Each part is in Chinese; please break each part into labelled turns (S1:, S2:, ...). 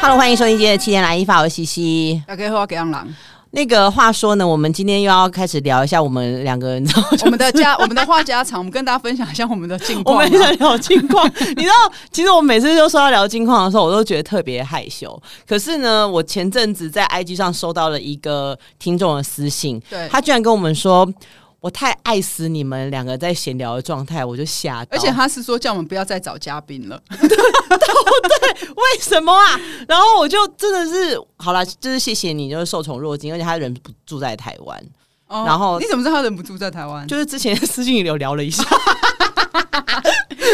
S1: Hello，欢迎收听今天的七天来一发，我是西西。
S2: 大家好，我给 杨郎，
S1: 那个话说呢，我们今天又要开始聊一下我们两个人，
S2: 我们的家，我们的话家常，我们跟大家分享一下我们的近
S1: 我
S2: 况啊。
S1: 们想聊近 况。你知道，其实我每次就说要聊近况的时候，我都觉得特别害羞。可是呢，我前阵子在 IG 上收到了一个听众的私信，
S2: 对，
S1: 他居然跟我们说。我太爱死你们两个在闲聊的状态，我就吓到。
S2: 而且他是说叫我们不要再找嘉宾了。
S1: 为什么啊？然后我就真的是好了，就是谢谢你，就是受宠若惊，而且他人不住在台湾，
S2: 哦
S1: 然后
S2: 你怎么知道他人不住在台湾？
S1: 就是之前私信有聊了一下，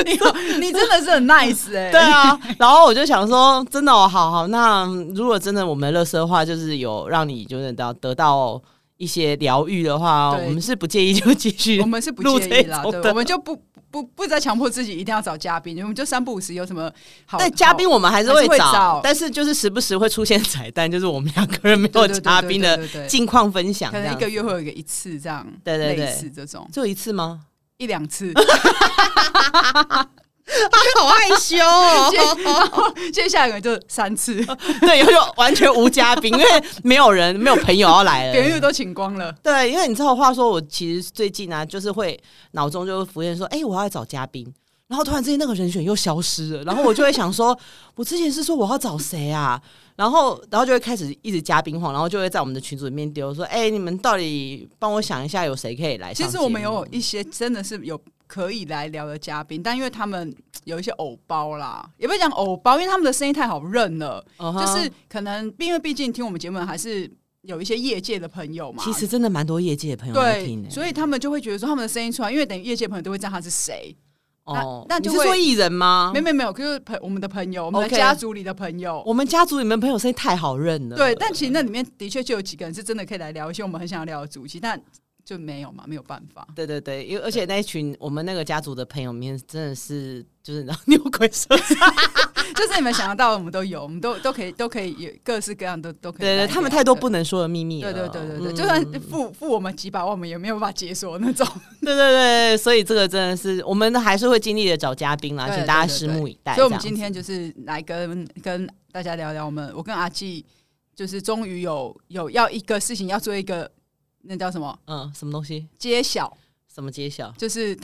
S2: 你真的 是很 nice 哎、
S1: 对啊，然后我就想说，真的、哦，好好，那嗯如果真的我们的乐色话，就是有让你就是得到得到一些疗愈的话，
S2: 对
S1: 我们是不介意就继续
S2: 我。们是不
S1: 录
S2: 介意
S1: 这
S2: 啦，
S1: 种
S2: 对，
S1: 的
S2: 我们就不不不再强迫自己一定要找嘉宾，我们就三不五时有什么好。
S1: 但嘉宾
S2: 好
S1: 我们还是
S2: 还
S1: 会
S2: 是会
S1: 找，
S2: 找
S1: 但是就是时不时会出现彩蛋，就是我们两个人没有
S2: 对对对
S1: 嘉宾的
S2: 对对对对
S1: 近况分享，
S2: 可
S1: 这
S2: 能
S1: 样
S2: 一个月会有一个一次这样，
S1: 对对对
S2: 类似这种
S1: 只有一次吗？
S2: 一两 次。
S1: 好害羞、哦
S2: 接 下来就是三次，
S1: 对，就完全无嘉宾，因为没有人，没有朋友要来了，
S2: 别人又都请光了。
S1: 对，因为你知道，话说我其实最近啊，就是会脑中就会浮现说，哎、我要来找嘉宾，然后突然之间那个人选又消失了，然后我就会想说，我之前是说我要找谁啊？ 然后，然后就会开始一直嘉宾晃，然后就会在我们的群组里面丢说，哎、你们到底帮我想一下有谁可以来上
S2: 其
S1: 节目？
S2: 实我们有一些真的是有可以来聊的嘉宾，但因为他们有一些偶包啦，也不要讲偶包，因为他们的声音太好认了，
S1: 嗯哼，
S2: 就是可能因为毕竟听我们节目的还是有一些业界的朋友嘛，
S1: 其实真的蛮多业界的朋友来听、欸，
S2: 对，所以他们就会觉得说他们的声音出来，因为等于业界朋友都会知道他是谁，
S1: 哦，
S2: 那那
S1: 你
S2: 就是会
S1: 说艺人吗？
S2: 没没没有，就是朋我们的朋友，我们的
S1: 啊 OK
S2: 家族里的朋友。
S1: 我们家族里面朋友声音太好认了，
S2: 对，但其实那里面的确就有几个人是真的可以来聊一些我们很想要聊的主题，但就没有嘛，没有办法。
S1: 对对对，因为而且那一群我们那个家族的朋友里面，真的是就是你知道 牛鬼蛇神，
S2: 就是你们想得到，我们都有，我们都都可以，都可以有各式各样的都可以来
S1: 对
S2: 聊。
S1: 对，他们太多不能说的秘密了。
S2: 对。对对对对，
S1: 嗯
S2: 就算付付我们几百万，我们也没有办法解锁 那种。
S1: 对对对，所以这个真的是我们还是会尽力的找嘉宾啦，
S2: 对
S1: 请大家
S2: 对对
S1: 拭
S2: 对
S1: 目以待。
S2: 所以，我们
S1: 这样
S2: 今天就是来跟跟大家聊聊，我们我跟阿纪就是终于有有要一个事情要做一个那叫什么
S1: 嗯，什么东西？
S2: 揭晓，
S1: 什么揭晓？
S2: 就是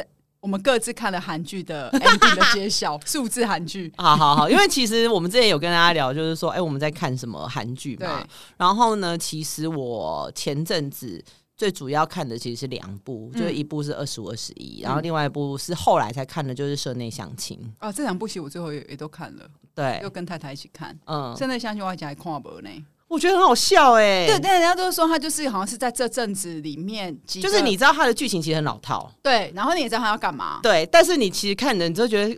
S2: 我们各自看了韩剧的 ending 的 揭晓，数字韩剧。
S1: 好好好，因为其实我们之前有跟大家聊，就是说，哎、我们在看什么韩剧
S2: 对，
S1: 嘛。然后呢，其实我前阵子最主要看的其实是两部，
S2: 嗯
S1: 就是一部是《二十五二十一》，然后
S2: 嗯
S1: 另外一部是后来才看的，就是《社内相亲》。
S2: 哦，这两部戏我最后也也都看了，
S1: 对
S2: 又，跟太太一起看。
S1: 嗯，
S2: 真的相信我还讲还看不呢。
S1: 我觉得很好笑哎、
S2: 对，，但人家都是说他就是好像是在这阵子里面几个，嗯
S1: 就是你知道它的剧情其实很老套，
S2: 对，然后你也知道他要干嘛，
S1: 对，但是你其实看的你就觉得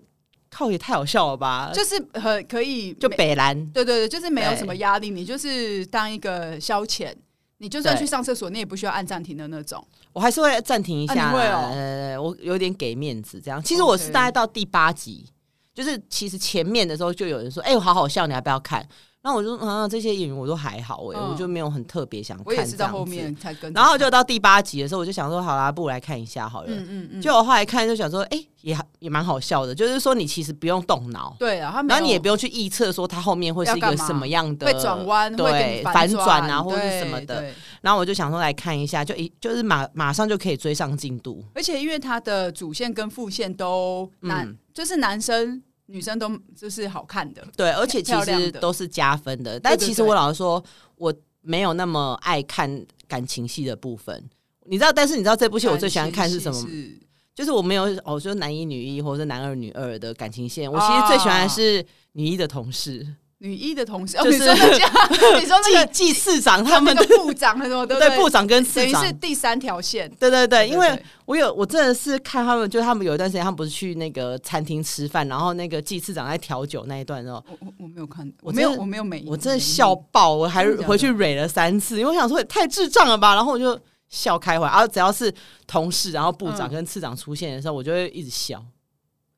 S1: 靠也太好笑了吧，就
S2: 就是很可以
S1: 就
S2: 没
S1: 北兰，
S2: 对对对，就是没有
S1: 对
S2: 什么压力，你就是当一个消遣，你就算
S1: 对
S2: 去上厕所，你也不需要按暂停的那种。
S1: 我还是会暂停一下啦，
S2: 啊你会哦
S1: 呃，我有点给面子这样。其实我是
S2: OK
S1: 大概到第八集，就是其实前面的时候就有人说，哎、我好好笑，你要不要看？然后我就说，啊，这些演员我都还好哎、
S2: 嗯
S1: 我就没有很特别想看，
S2: 我也是到后。面才跟着
S1: 然
S2: 看，
S1: 后就到第八集的时候，我就想说，好啦，不如来看一下好了。
S2: 嗯嗯嗯，
S1: 就我后来看就想说，哎、也也蛮好笑的，就是说你其实不用动脑，
S2: 对啊，他没有
S1: 然后你也不用去预测说它后面会是一
S2: 要
S1: 个
S2: 干嘛
S1: 什么样的
S2: 会转弯，会给
S1: 对
S2: 你
S1: 反
S2: 转
S1: 啊，或者是
S2: 对
S1: 什么的。
S2: 对
S1: 然后我就想说来看一下，就一就是马马上就可以追上进度。
S2: 而且因为他的主线跟副线都男，
S1: 嗯
S2: 就是男生女生都就是好看的，
S1: 对，而且其
S2: 漂亮
S1: 实
S2: 的
S1: 都是加分的。但其实我老实说，我没有那么爱看感情戏的部分。你知道，但是你知道这部戏我最喜欢看是什么吗？
S2: 是
S1: 就是我没有哦，就是男一女一或者是男二女二的感情线。我其
S2: 啊
S1: 实最喜欢的是女一的同事，
S2: 女一的同事，
S1: 就
S2: 哦，
S1: 是
S2: 你说那 家，你说那个
S1: 季季市长他们
S2: 那
S1: 的
S2: 个部长还是 什么，对不
S1: 对部长跟
S2: 等
S1: 市
S2: 于
S1: 长
S2: 是，第三条线。
S1: 对对对，因为
S2: 对
S1: 我有，我真的是看他们，就是他们有一段时间，他们不是去那个餐厅吃饭，然后那个季次长在调酒那一段哦，
S2: 我我我没有看，
S1: 我
S2: 我没有
S1: 真的
S2: 我没有美，
S1: 我真的笑爆，我还
S2: 嗯真的假的
S1: 回去蕊了三次，因为我想说也太智障了吧，然后我就笑啊开怀，然后只要是同事，然后部长
S2: 嗯
S1: 跟次长出现的时候，我就会一直笑，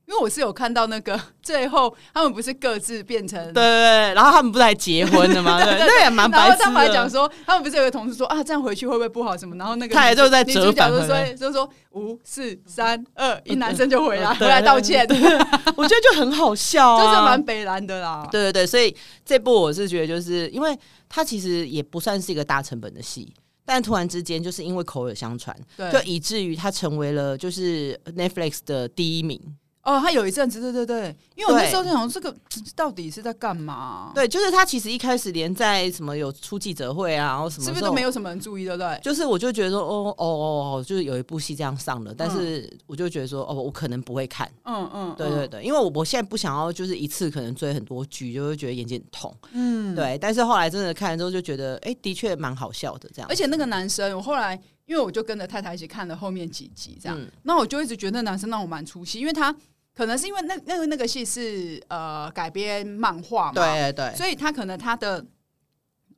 S2: 因为为我是有看到那个 最后他们不是各自变成
S1: 对对对，然后他们不是还结婚了 吗？对，那也蛮
S2: 然
S1: 白
S2: 后
S1: 痴
S2: 他们还讲
S1: 的。
S2: 说，他们不是有个同事说啊，这样回去会不会不好什么？然后那个
S1: 他还
S2: 女
S1: 就在
S2: 女
S1: 折
S2: 主角
S1: 返
S2: 就
S1: 回
S2: 说
S1: 来呃
S2: 就说五四三二，一男生就回来
S1: 对
S2: 回来道歉， 就
S1: 对
S2: 是
S1: 我觉得就很好笑、 啊，
S2: 蛮北蓝的啦。
S1: 对对对，所以这部我是觉得，就是因为它其实也不算是一个大成本的戏，但突然之间就是因为口耳相传，
S2: 对
S1: 就以至于它成为了就是 Netflix 的第一名。
S2: 哦，他有一阵子，对对对，因为我
S1: 对
S2: 那时候在想，这个到底是在干嘛？，
S1: 对，就是它其实一开始连在什么有出记者会啊，然后什么
S2: 是不是都没
S1: 有？
S2: 有什么人注意，对不对？
S1: 就是我就觉得说，哦哦哦哦，就是有一部戏这样上了，但是我就觉得说，哦，我可能不会看。
S2: 嗯嗯，
S1: 对对对，因为我我现在不想要就是一次可能追很多剧，就会觉得眼睛很痛。
S2: 嗯，嗯。
S1: 对，但是后来真的看了之后就觉得，哎、的确蛮好笑的这样。
S2: 而且那个男生，我后来因为我就跟着太太一起看了后面几集，这样
S1: 嗯，
S2: 那、我就一直觉得那男生让我蛮出戏，因为他可能是因为那那个那个戏是呃改编漫画嘛，，
S1: 对对，
S2: 所以他可能他的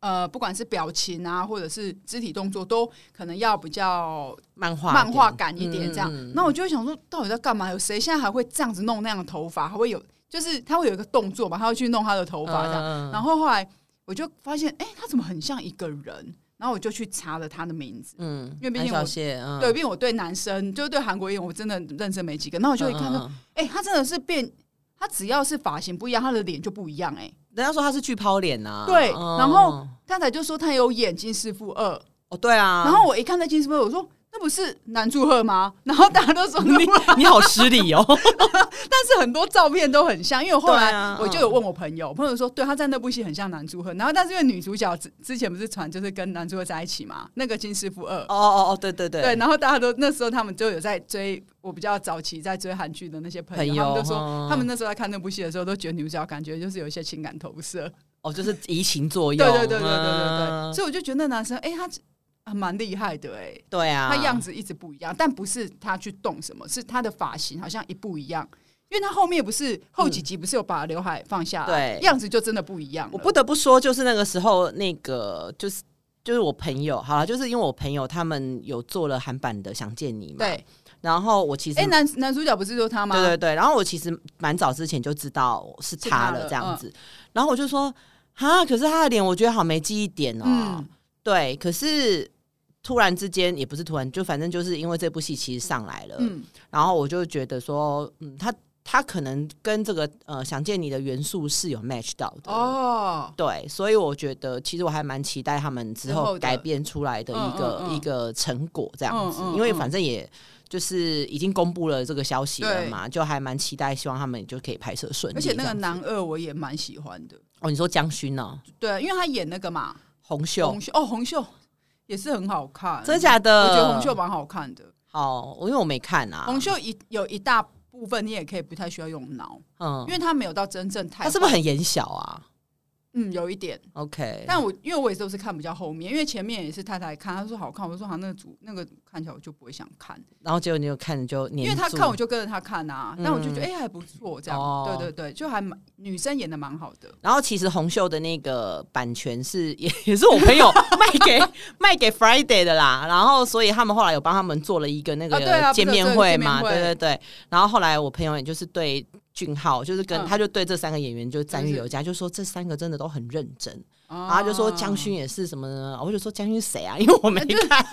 S2: 呃不管是表情啊，或者是肢体动作，都可能要比较
S1: 漫画
S2: 漫画
S1: 点
S2: 感一点这样
S1: 嗯嗯。
S2: 那、我就会想说，到底在干嘛？有谁现在还会这样子弄那样的头发？还会有就是他会有一个动作嘛，他会去弄他的头发这样。
S1: 嗯
S2: 然后后来我就发现，哎、他怎么很像一个人？然后我就去查了他的名字，
S1: 嗯，
S2: 因为毕竟
S1: 韩小
S2: 我
S1: 谢，嗯，
S2: 对，毕竟我对男生，就是对韩国艺人，我真的认识没几个。然后我
S1: 嗯，
S2: 就一看说，
S1: 嗯嗯
S2: 哎、他真的是变，他只要是发型不一样，他的脸就不一样、哎，
S1: 人家说他是巨抛脸呐，
S2: 对
S1: 嗯
S2: 然后刚才就说他有演《金师傅二》，
S1: 哦对啊，
S2: 然后我一看那《金师傅二》，我说那不是南柱赫吗？然后大家都说那不
S1: 你好失礼 哦，
S2: 但是很多照片都很像，因为我后
S1: 对
S2: 来
S1: 啊
S2: 我就有问我朋友，我朋友说，对，他在那部戏很像男主赫，然后但是因为女主角之之前不是传就是跟男主赫在一起嘛，那个金师傅二，
S1: 哦哦哦，对对对
S2: 对，然后大家都那时候他们就有在追，我比较早期在追韩剧的那些朋
S1: 朋
S2: 友，他们
S1: 友
S2: 就说、
S1: 嗯
S2: 他们那时候在看那部戏的时候都觉得女主角感觉就是有一些情感投射，
S1: 哦就是移情作
S2: 对
S1: 用，
S2: 对对对对对对，
S1: 嗯
S2: 所以我就觉得那男生，哎、他还蛮厉害的、哎。
S1: 对啊，
S2: 他样子一直不一样，但不是他去动什么，是他的发型好像一不一样。因为他后面不是后几集不是有把刘海放下来，
S1: 对
S2: 样子就真的不一样了。
S1: 我不得不说，就是那个时候，那个就是就是我朋友，好了，就是因为我朋友他们有做了韩版的《想见你》嘛，，
S2: 对，
S1: 然后我其实
S2: 哎、男男主角不是就是他吗？
S1: 对对对，然后我其实蛮早之前就知道是
S2: 是
S1: 他
S2: 他了嗯
S1: 了这样子，然后我就说啊，可是他的脸我觉得好没记忆点哦，
S2: 嗯，
S1: 对，可是突然之间也不是突然，就反正就是因为这部戏其实上来了，
S2: 嗯
S1: 然后我就觉得说，嗯，他他可能跟这个呃想见你的元素是有 match 到的。
S2: 哦，
S1: 对，所以我觉得其实我还蛮期待他们之
S2: 之后
S1: 后
S2: 的
S1: 改编出来的一个
S2: 嗯嗯嗯
S1: 一个成果这样子，
S2: 嗯嗯
S1: 因为
S2: 嗯
S1: 反正也就是已经公布了这个消息了嘛，就还蛮期待，希望他们就可以拍摄顺利
S2: 而
S1: 这
S2: 且
S1: 样子。
S2: 那个男二我也蛮喜欢的，
S1: 哦，你说姜勋呢、
S2: 对，因为他演那个嘛，
S1: 红袖
S2: 红，袖哦，红袖也是很好看，
S1: 真假的？
S2: 我觉得红袖蛮好看的。
S1: 好，我因为我没看啊，
S2: 红袖一有一大部分你也可以不太需要用脑，
S1: 嗯
S2: 因，为他没有到真正太
S1: 他是不是
S2: 坏
S1: 很眼小啊
S2: 嗯有一点。
S1: ？OK，
S2: 但我因为我也都是看比较后面，因为前面也是太太看，她说好看，我说好，那个主那个看起来我就不会想看，
S1: 然后结果你就看就黏
S2: 因
S1: 住，
S2: 为她看我就跟着她看啊，
S1: 嗯
S2: 但我就觉得哎、还不错这样，
S1: 哦
S2: 对对对，就还蛮女生演的蛮好的，
S1: 然后其实红袖的那个版权是 也也是我朋 友卖给卖给 Friday 的啦，然后所以他们后来有帮他们做了一个那
S2: 啊对啊
S1: 个见面会嘛，
S2: 不是
S1: 对
S2: 有这
S1: 对对。然后后来我朋友也就是对俊浩，就是跟、
S2: 嗯
S1: 他就对这三个演员就赞誉
S2: 就是哦
S1: 有加，就说这三个真的都很认真，
S2: 然
S1: 然后他就说将军也是什么呢？我就说将军谁啊？因为我 没看，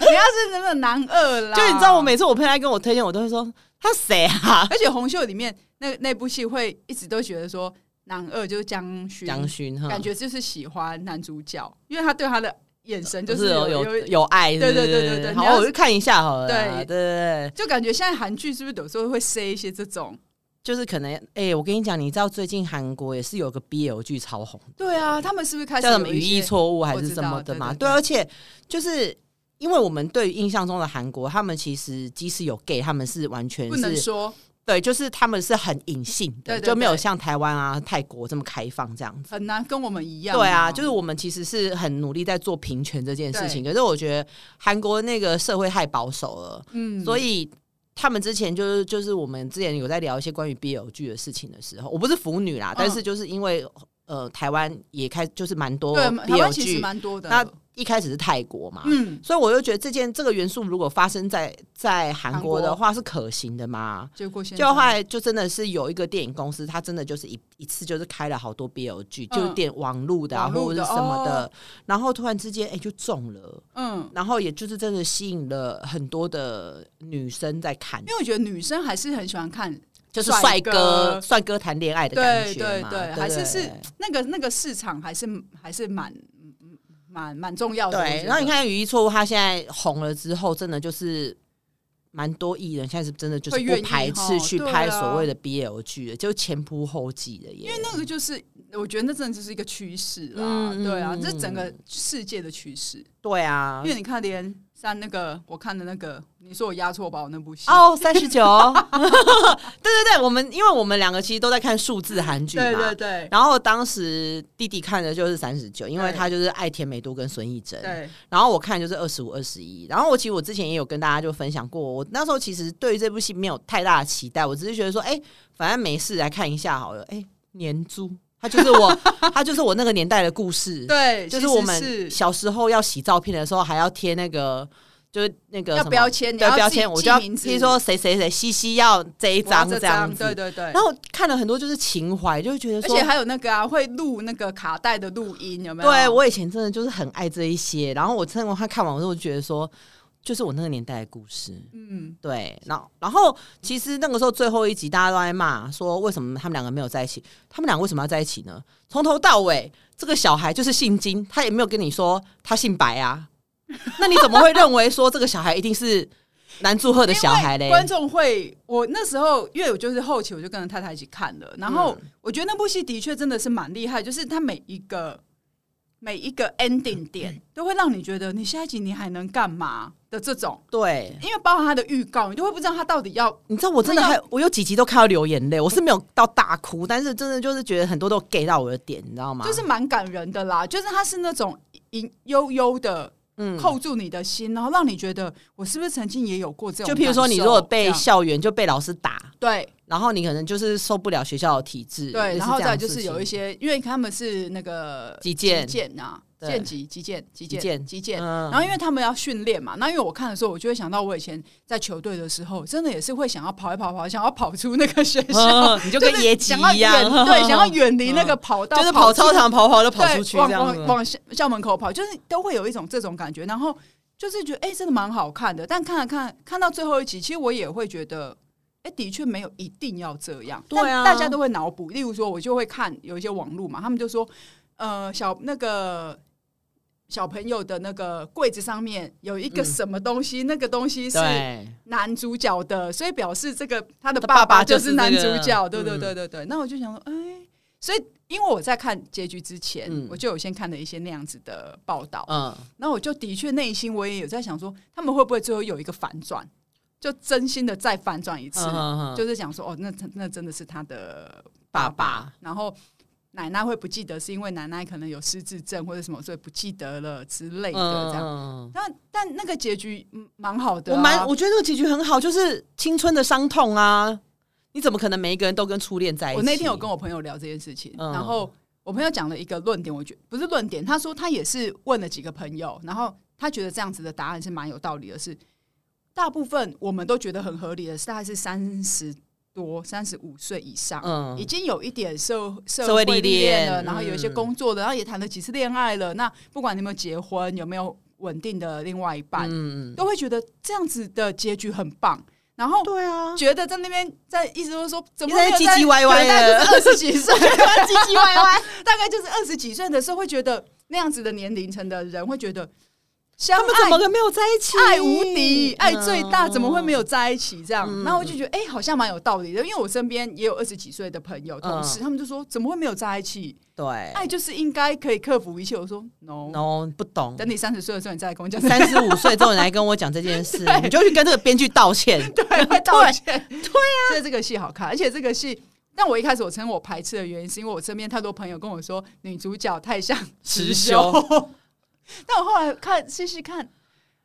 S2: 人家是那个男二啦，
S1: 就你知道我每次我朋友来跟我推荐，我都会说他谁啊？
S2: 而且红袖里面那那部戏会一直都觉得说男二就是江勋，
S1: 将军哈，
S2: 嗯感觉就是喜欢男主角，因为他对他的眼神
S1: 就
S2: 就是是
S1: 有
S2: 有
S1: 哦有有爱是不是，
S2: 对对对对对你
S1: 好，
S2: 要
S1: 我就看一下好了啦，
S2: 对
S1: 对对对。
S2: 就感觉现在韩剧是不是有时候会塞一些这种？
S1: 就是可能，哎、我跟你讲，你知道最近韩国也是有个 BL 剧超红，
S2: 对啊，他们是不是开始
S1: 叫什么
S2: 有
S1: 语
S2: 一些
S1: 义错误还
S2: 我
S1: 是
S2: 知
S1: 什么
S2: 道
S1: 的
S2: 对
S1: 嘛？对，
S2: 对
S1: 而且就是因为我们对于印象中的韩国，他们其实即使有 gay，他们是完全
S2: 不能
S1: 是
S2: 说
S1: 对，就是他们是很隐性的，
S2: 对对
S1: 就没有
S2: 对
S1: 像台湾啊、泰国这么开放这样子。
S2: 很难跟我们一样。
S1: 对啊，就是我们其实是很努力在做平权这件事情，可是我觉得韩国那个社会太保守了，
S2: 嗯，
S1: 所以他们之前就是就是我们之前有在聊一些关于 BL 剧的事情的时候，我不是腐女啦，
S2: 嗯
S1: 但是就是因为呃台湾也开就是蛮多
S2: 对，台湾
S1: BL
S2: 其实
S1: 剧，
S2: 蛮多的。
S1: 那一开始是泰国嘛，
S2: 嗯，
S1: 所以我就觉得这件这个元素如果发生在在韩国的话是可行的吗？
S2: 结果现在
S1: 就后来就真的是有一个电影公司，它真的就是一一次就是开了好多 BL 剧，
S2: 嗯
S1: 就是点网路的啊
S2: 网路
S1: 或
S2: 的哦
S1: 者是什么的，然后突然之间哎、就中了，
S2: 嗯，
S1: 然后也就是真的吸引了很多的女生在看
S2: 因，为我觉得女生还是很喜欢看
S1: 就是
S2: 帅
S1: 帅
S2: 哥
S1: 哥帅哥谈恋爱的感
S2: 对
S1: 觉
S2: 对
S1: 嘛
S2: 对，
S1: 对，
S2: 还是是
S1: 对
S2: 那个那个市场还是还是蛮嗯蛮蛮重要的。哦我觉
S1: 对，
S2: 得
S1: 然后你，看《语义错误》，他现在红了之后，真的就是蛮多艺人现在是真的就
S2: 会
S1: 是
S2: 愿
S1: 不
S2: 意
S1: 排斥去
S2: 吼对
S1: 拍
S2: 啊
S1: 所谓的 BL 剧的，就前仆后继的耶。
S2: 因为那个就是我觉得那真的就是一个趋势啦，
S1: 嗯嗯
S2: 对啊，
S1: 嗯
S2: 这整个世界的趋势。
S1: 对啊
S2: 因，为你看，连三那个我看的那个，你说我押错宝那部戏，
S1: 哦，三十九， 对对对，我们因为我们两个其实都在看数字韩剧嘛。
S2: 对对对
S1: 然后当时弟弟看的就是三十九，因为
S2: 对
S1: 他就是爱甜美多跟孙艺珍。
S2: 对，
S1: 然后我看就是二十五、二十一。然后我其实我之前也有跟大家就分享过，我那时候其实对于这部戏没有太大的期待，我只是觉得说，哎、反正没事来看一下好了。哎、年租，它就是我， 它就是我那个年代的故事。
S2: 对，
S1: 就是
S2: 其实
S1: 我
S2: 是
S1: 们小时候要洗照片的时候，还要贴那个，就是那个
S2: 要
S1: 什么
S2: 标签，你
S1: 对标
S2: 自己
S1: 签，我
S2: 记
S1: 就要
S2: 名字
S1: 譬如说谁谁谁西西要这一
S2: 我要
S1: 张
S2: 这
S1: 这样子。
S2: 对对对
S1: 然。后看了很多就是情怀，就会觉得
S2: 而
S1: 说
S2: 且，还有那个啊，会录那个卡带的录音，有没有？
S1: 对我以前真的就是很爱这一些。然后我真的他看完我之后觉得说，就是我那个年代的故事。
S2: 嗯，
S1: 对，然后然后其实那个时候最后一集大家都在骂说，为什么他们两个没有在一起？他们两个为什么要在一起呢？从头到尾，这个小孩就是姓金，他也没有跟你说他姓白啊，那你怎么会认为说这个小孩一定是男祝贺的小孩嘞？
S2: 观众会，我那时候因为我就是后期我就跟着太太一起看了，然后
S1: 嗯
S2: 我觉得那部戏的确真的是蛮厉害，就是它每一个每一个 ending 点都会让你觉得你下一集你还能干嘛的这种，
S1: 对，
S2: 因为包含它的预告，你都会不知道它到底要
S1: 你知道我真的
S2: 那要
S1: 还我有几集都看到流眼泪，我是没有到大哭，但是真的就是觉得很多都 get 到我的点，你知道吗？
S2: 就是蛮感人的啦，就是它是那种隐悠悠的
S1: 嗯
S2: 扣住你的心，然后让你觉得我是不是曾经也有过这种
S1: 就
S2: 感受，
S1: 譬如说你如果
S2: 这
S1: 被
S2: 样
S1: 校园就被老师打，
S2: 对
S1: 然后你可能就是受不了学校的体制，类
S2: 对，
S1: 似
S2: 然后
S1: 这
S2: 再
S1: 样的
S2: 就
S1: 事
S2: 是
S1: 情
S2: 有一些，因为他们是那个
S1: 击剑
S2: 击剑啊，
S1: 对
S2: 剑击、击剑、击
S1: 击
S2: 剑、
S1: 剑
S2: 击剑。
S1: 嗯
S2: 然后因为他们要训练嘛，那因为我看的时候，我就会想到我以前在球队的时候，真的也是会想要跑一跑跑，想要跑出那个学校，
S1: 嗯你就跟
S2: 是
S1: 野鸡
S2: 想要
S1: 一样嗯
S2: 远对，想要远离那个跑道，
S1: 就是跑
S2: 出
S1: 操场跑跑就跑
S2: 对
S1: 出去这
S2: 往
S1: 样
S2: 往
S1: 子。
S2: 往校校门口跑，就是都会有一种这种感觉。然后就是觉得哎、真的蛮好看的。但看了看，看到最后一集，其实我也会觉得，哎、的确没有一定要这样。
S1: 对啊
S2: 但大家都会脑补。例如说，我就会看有一些网络嘛，他们就说，呃，小那个。小朋友的那个柜子上面有一个
S1: 嗯
S2: 什么东西，那个东西是
S1: 对，
S2: 男主角的，所以表示这个他的
S1: 他
S2: 爸
S1: 爸
S2: 爸
S1: 爸
S2: 就
S1: 就是是
S2: 男主
S1: 这个
S2: 角，对
S1: 嗯
S2: 对对对对。那我就想说，哎，所以因为我在看结局之前，
S1: 嗯
S2: 我就有先看了一些那样子的报道，
S1: 嗯，
S2: 那我就的确内心我也有在想说，他们会不会最后有一个反转，就真心的再反转一次，
S1: 嗯
S2: 就是想说，哦，那真那真的是他的
S1: 爸
S2: 爸爸，
S1: 爸
S2: 然后。奶奶会不记得，是因为奶奶可能有失智症或者什么，所以不记得了之类的这样。
S1: 样。
S2: 但但那个结局嗯蛮好的啊、
S1: 嗯我蛮，我觉得这个结局很好，就是青春的伤痛啊！你怎么可能每一个人都跟初恋在一起？
S2: 我那天有跟我朋友聊这件事情，
S1: 嗯
S2: 然后我朋友讲了一个论点，我觉不是论点，他说他也是问了几个朋友，然后他觉得这样子的答案是蛮有道理的是，大部分我们都觉得很合理的是，大概是三十多、三十五岁以上。
S1: 嗯
S2: 已经有一点社社
S1: 社会
S2: 会历
S1: 历
S2: 练
S1: 练
S2: 了，然后有一些
S1: 嗯
S2: 工作的，然后也谈了几次恋爱了。那不管你有没有结婚，有没有稳定的另外一半，
S1: 嗯，嗯
S2: 都会觉得这样子的结局很棒。然后
S1: 对 啊，
S2: 觉得在那边在一直都说怎么
S1: 一直在
S2: 没
S1: 唧
S2: 有
S1: 唧歪歪
S2: 可能大概就是二十几岁，
S1: 唧唧歪歪，
S2: 大概就是二十几岁的时候会觉得那样子的年龄层的人会觉得相
S1: 他
S2: 爱
S1: 们怎么可能没有在一起？
S2: 爱无敌，爱最大，
S1: 嗯
S2: 怎么会没有在一起？这样，
S1: 嗯
S2: 然后我就觉得哎、好像蛮有道理的，因为我身边也有二十几岁的朋友同
S1: 嗯
S2: 事，他们就说怎么会没有在一起？
S1: 对
S2: 爱就是应该可以克服一切。我说 no，,
S1: 哎？no，不哦懂。
S2: 等你三十岁的时候你再来跟我讲，
S1: 三十五岁之后你来跟我讲这件 事
S2: 对，
S1: 你就去跟这个编剧道 歉。
S2: 对，会道歉，对啊。所以这个戏好看，而且这个戏，但我一开始我称我排斥的原因，是因为我身边太多朋友跟我说女主角太像
S1: 直
S2: 直
S1: 修
S2: 修，但我后来看细细看，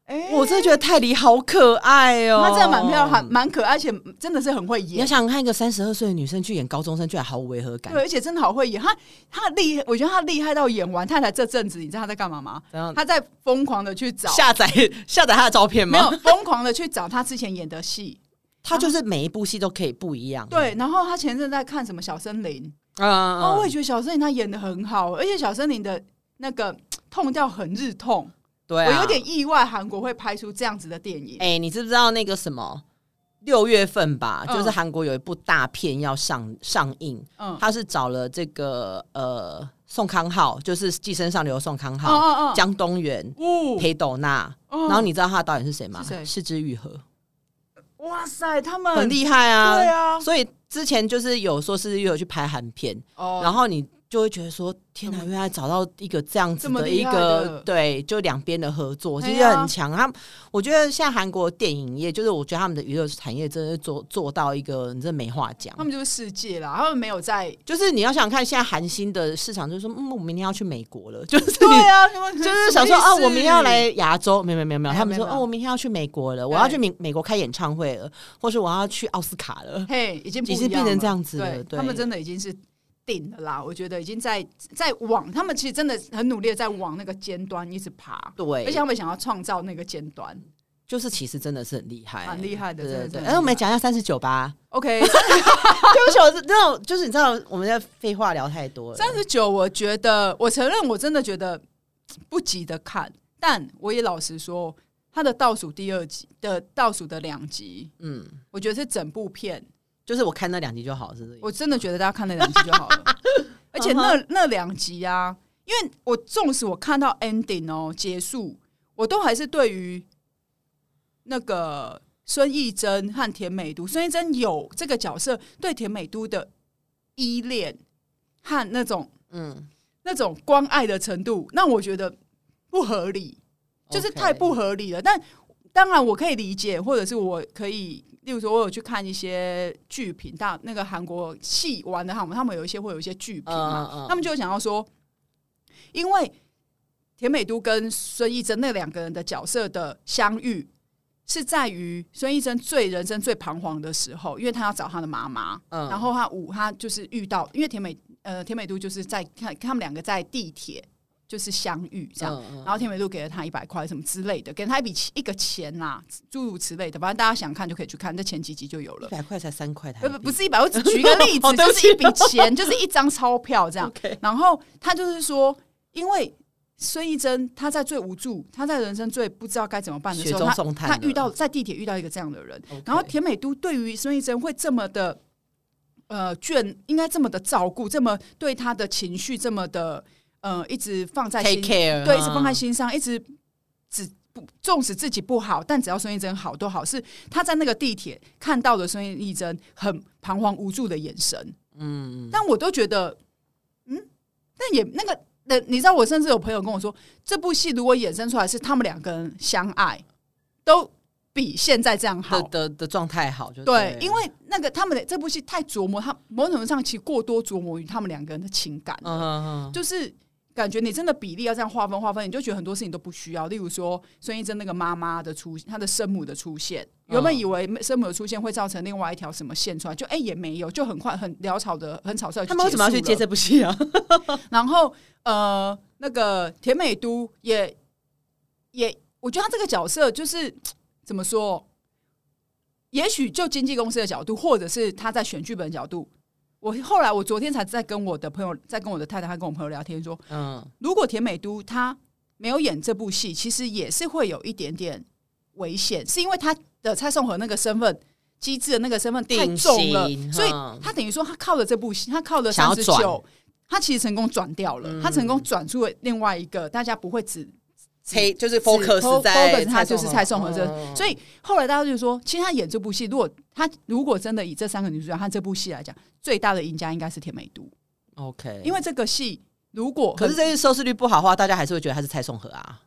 S2: 哎
S1: 我真的觉得泰迪好可爱哦、
S2: 她真的蛮漂亮，还蛮可爱，而且真的是很会
S1: 你要
S2: 演。
S1: 想想看，一个三十二岁的女生去演高中生，居然毫无违和感
S2: 对，，而且真的好会演，她她厉，我觉得她厉害到演完太太这阵子，你知道她在干嘛吗？
S1: 然后
S2: 她在疯狂的去找，
S1: 下载 下载她的照片
S2: 没
S1: 吗
S2: 有？疯狂的去找她之前演的戏。
S1: 她就是每一部戏都可以不一样。
S2: 对，然后她前阵在看什么《小森林》，
S1: 嗯，嗯，
S2: 哦，我也
S1: 嗯
S2: 觉得小森林她演的很好，而且小森林的那个痛调很日痛，
S1: 对啊
S2: 我有点意外，韩国会拍出这样子的电影。
S1: 哎、你知不知道那个什么？六月份吧，
S2: 嗯
S1: 就是韩国有一部大片要上上映，
S2: 嗯，
S1: 他是找了这个呃宋康昊，就是《寄生上流》的宋康
S2: 哦
S1: 昊、
S2: 哦哦，
S1: 江东元、
S2: 哦
S1: 裴斗娜，
S2: 哦
S1: 然后你知道他的导演是谁吗
S2: 是？谁
S1: 是之愈合，
S2: 哇塞，他们
S1: 很厉害啊！
S2: 对啊，
S1: 所以之前就是有说是愈合去拍韩片，
S2: 哦
S1: 然后你就会觉得说，天哪，
S2: 嗯
S1: 原来找到一个这样子
S2: 这么
S1: 的
S2: 厉
S1: 一
S2: 害
S1: 个
S2: 的
S1: 对，就两边的合作，其
S2: 哎
S1: 实
S2: 呀
S1: 很强。他们我觉得现在韩国电影业，就是我觉得他们的娱乐产业真的是做做到一个，你真的没话讲
S2: 他。们就是世界啦，他们没 有在。
S1: 就是你要想看现在韩星的市场，就是说，嗯，我明天要去美国了，就是
S2: 对啊，他 们
S1: 就是想说
S2: 什么意
S1: 啊，
S2: 思
S1: 我明天要来亚洲，没有没有没有没有，
S2: 没有
S1: 他们说
S2: 没有
S1: 哦，我明天要去美国了，我要
S2: 对
S1: 去美美国开演唱会了，或是我要去奥斯卡了，
S2: 嘿，已经不
S1: 已经
S2: 一
S1: 变
S2: 样
S1: 成
S2: 了
S1: 这样子了
S2: 对，
S1: 对
S2: 他们真的已经是定了啦。我觉得已经在在往，他们其实真的很努力的在往那个尖端一直爬，而且
S1: 对，
S2: 他们想要创造那个尖端，
S1: 就是其实真的是很厉害，
S2: 蛮厉害的
S1: 对
S2: 真
S1: 对
S2: 的
S1: 对。
S2: 真的
S1: 哎，我
S2: 很厉
S1: 们
S2: 害
S1: 讲一下三十九 吧，
S2: OK，
S1: 对不起，我是那种就是你知道我们在废话聊太多了，
S2: 三十九，我觉得我承认，我真的觉得不急得看，但我也老实说，它的倒数第二集的倒数的两集，
S1: 嗯，
S2: 我觉得是整部片，
S1: 就是我看那两集就好，是不是？
S2: 我真的觉得大家看那两集就好了。而且那那两集啊，因为我纵使我看到 ending 哦结束，我都还是对于那个孙艺珍和田美都，孙艺珍有这个角色对田美都的依恋和那种。
S1: 嗯，
S2: 那种关爱的程度，那我觉得不合理，就是太不合理了。但当然我可以理解，或者是我可以，例如说，我有去看一些剧评，大那个韩国戏玩的韩国，他们有一些会有一些剧评嘛，
S1: 嗯嗯嗯
S2: 他们就想要说，因为田美都跟孙艺珍那两个人的角色的相遇。是在于孙艺珍最人生最彷徨的时候，因为她要找她的妈妈，
S1: 嗯
S2: 然后他五他就是遇到，因为田美呃田美都就是在看他们两个在地铁就是相遇这样，
S1: 嗯
S2: 然后田美都给了他一百块什么之类的，给了他一笔钱一个钱啦，诸如此类的，反正大家想看就可以去看，这前几集就有
S1: 一
S2: 了。
S1: 百块才三块台
S2: 不
S1: 币，
S2: 呃不不是一百，我只举一个例
S1: 嗯 哦
S2: 子，
S1: 对不
S2: 就
S1: 起
S2: 是一笔 钱，就是一张钞票这样。
S1: OK，
S2: 然后他就是说，因为孙艺珍她在最无助，她在人生最不知道该怎么办的
S1: 雪
S2: 时候，
S1: 中
S2: 她
S1: 送炭
S2: 她
S1: 了，
S2: 遇到在地铁遇到一个这样的人，
S1: OK，
S2: 然后田美都对于孙艺珍会这么的呃眷，应该这么的照顾，这么对她的情绪这么的呃一直放在
S1: take
S2: 心，
S1: care，
S2: 对，一直放在
S1: 嗯
S2: 心上，一直只不纵使自己不好，但只要孙艺珍好都好。是她在那个地铁看到的孙艺珍很彷徨无助的眼神，
S1: 嗯，
S2: 但我都觉得嗯，但也那个。那你知道，我甚至有朋友跟我说，这部戏如果衍生出来是他们两个人相爱，都比现在这样好
S1: 的。的的状态好就
S2: 对
S1: 了，
S2: 因为那个他们的这部戏太琢磨，他某种程度上其实过多琢磨于他们两个人的情感，
S1: 嗯嗯嗯
S2: 就是感觉你真的比例要这样划分划分，你就觉得很多事情都不需要。例如说孙艺珍那个妈妈的出，她的生母的出现，
S1: 嗯
S2: 原本以为生母的出现会造成另外一条什么线出来，就哎、也没有，就很快很潦草的很草率地就
S1: 他们为什么要去接
S2: 结束了？
S1: 这部戏 啊？
S2: 然后呃，那个田美都也也，我觉得他这个角色就是怎么说？哦也许就经纪公司的角度，或者是他在选剧本的角度，我后来我昨天才在跟我的朋友，在跟我的太太，还跟我朋友聊天说，
S1: 嗯，
S2: 如果田美都她没有演这部戏，其实也是会有一点点危险，是因为她的蔡颂和那个身份。机智的那个身份太
S1: 定
S2: 重了
S1: 型，
S2: 所以
S1: 嗯
S2: 她等于说，她靠了这部戏，她靠了
S1: 想要
S2: 三十
S1: 转嗯
S2: 九，她其实成功转掉了，她成功转出了另外一个大家不会只
S1: 才就是
S2: focus
S1: focus 在
S2: focus 他就是蔡
S1: 颂
S2: 颂
S1: 和
S2: 和这
S1: 嗯
S2: 所以后来大家就说，其实她演这部戏，如果她如果真的以这三个女主角和这部戏来讲，最大的赢家应该是田美都，
S1: OK，
S2: 因为这个戏如果
S1: 嗯可是
S2: 很
S1: 这些收视率不好的话，大家还是会觉得他是蔡颂和啊。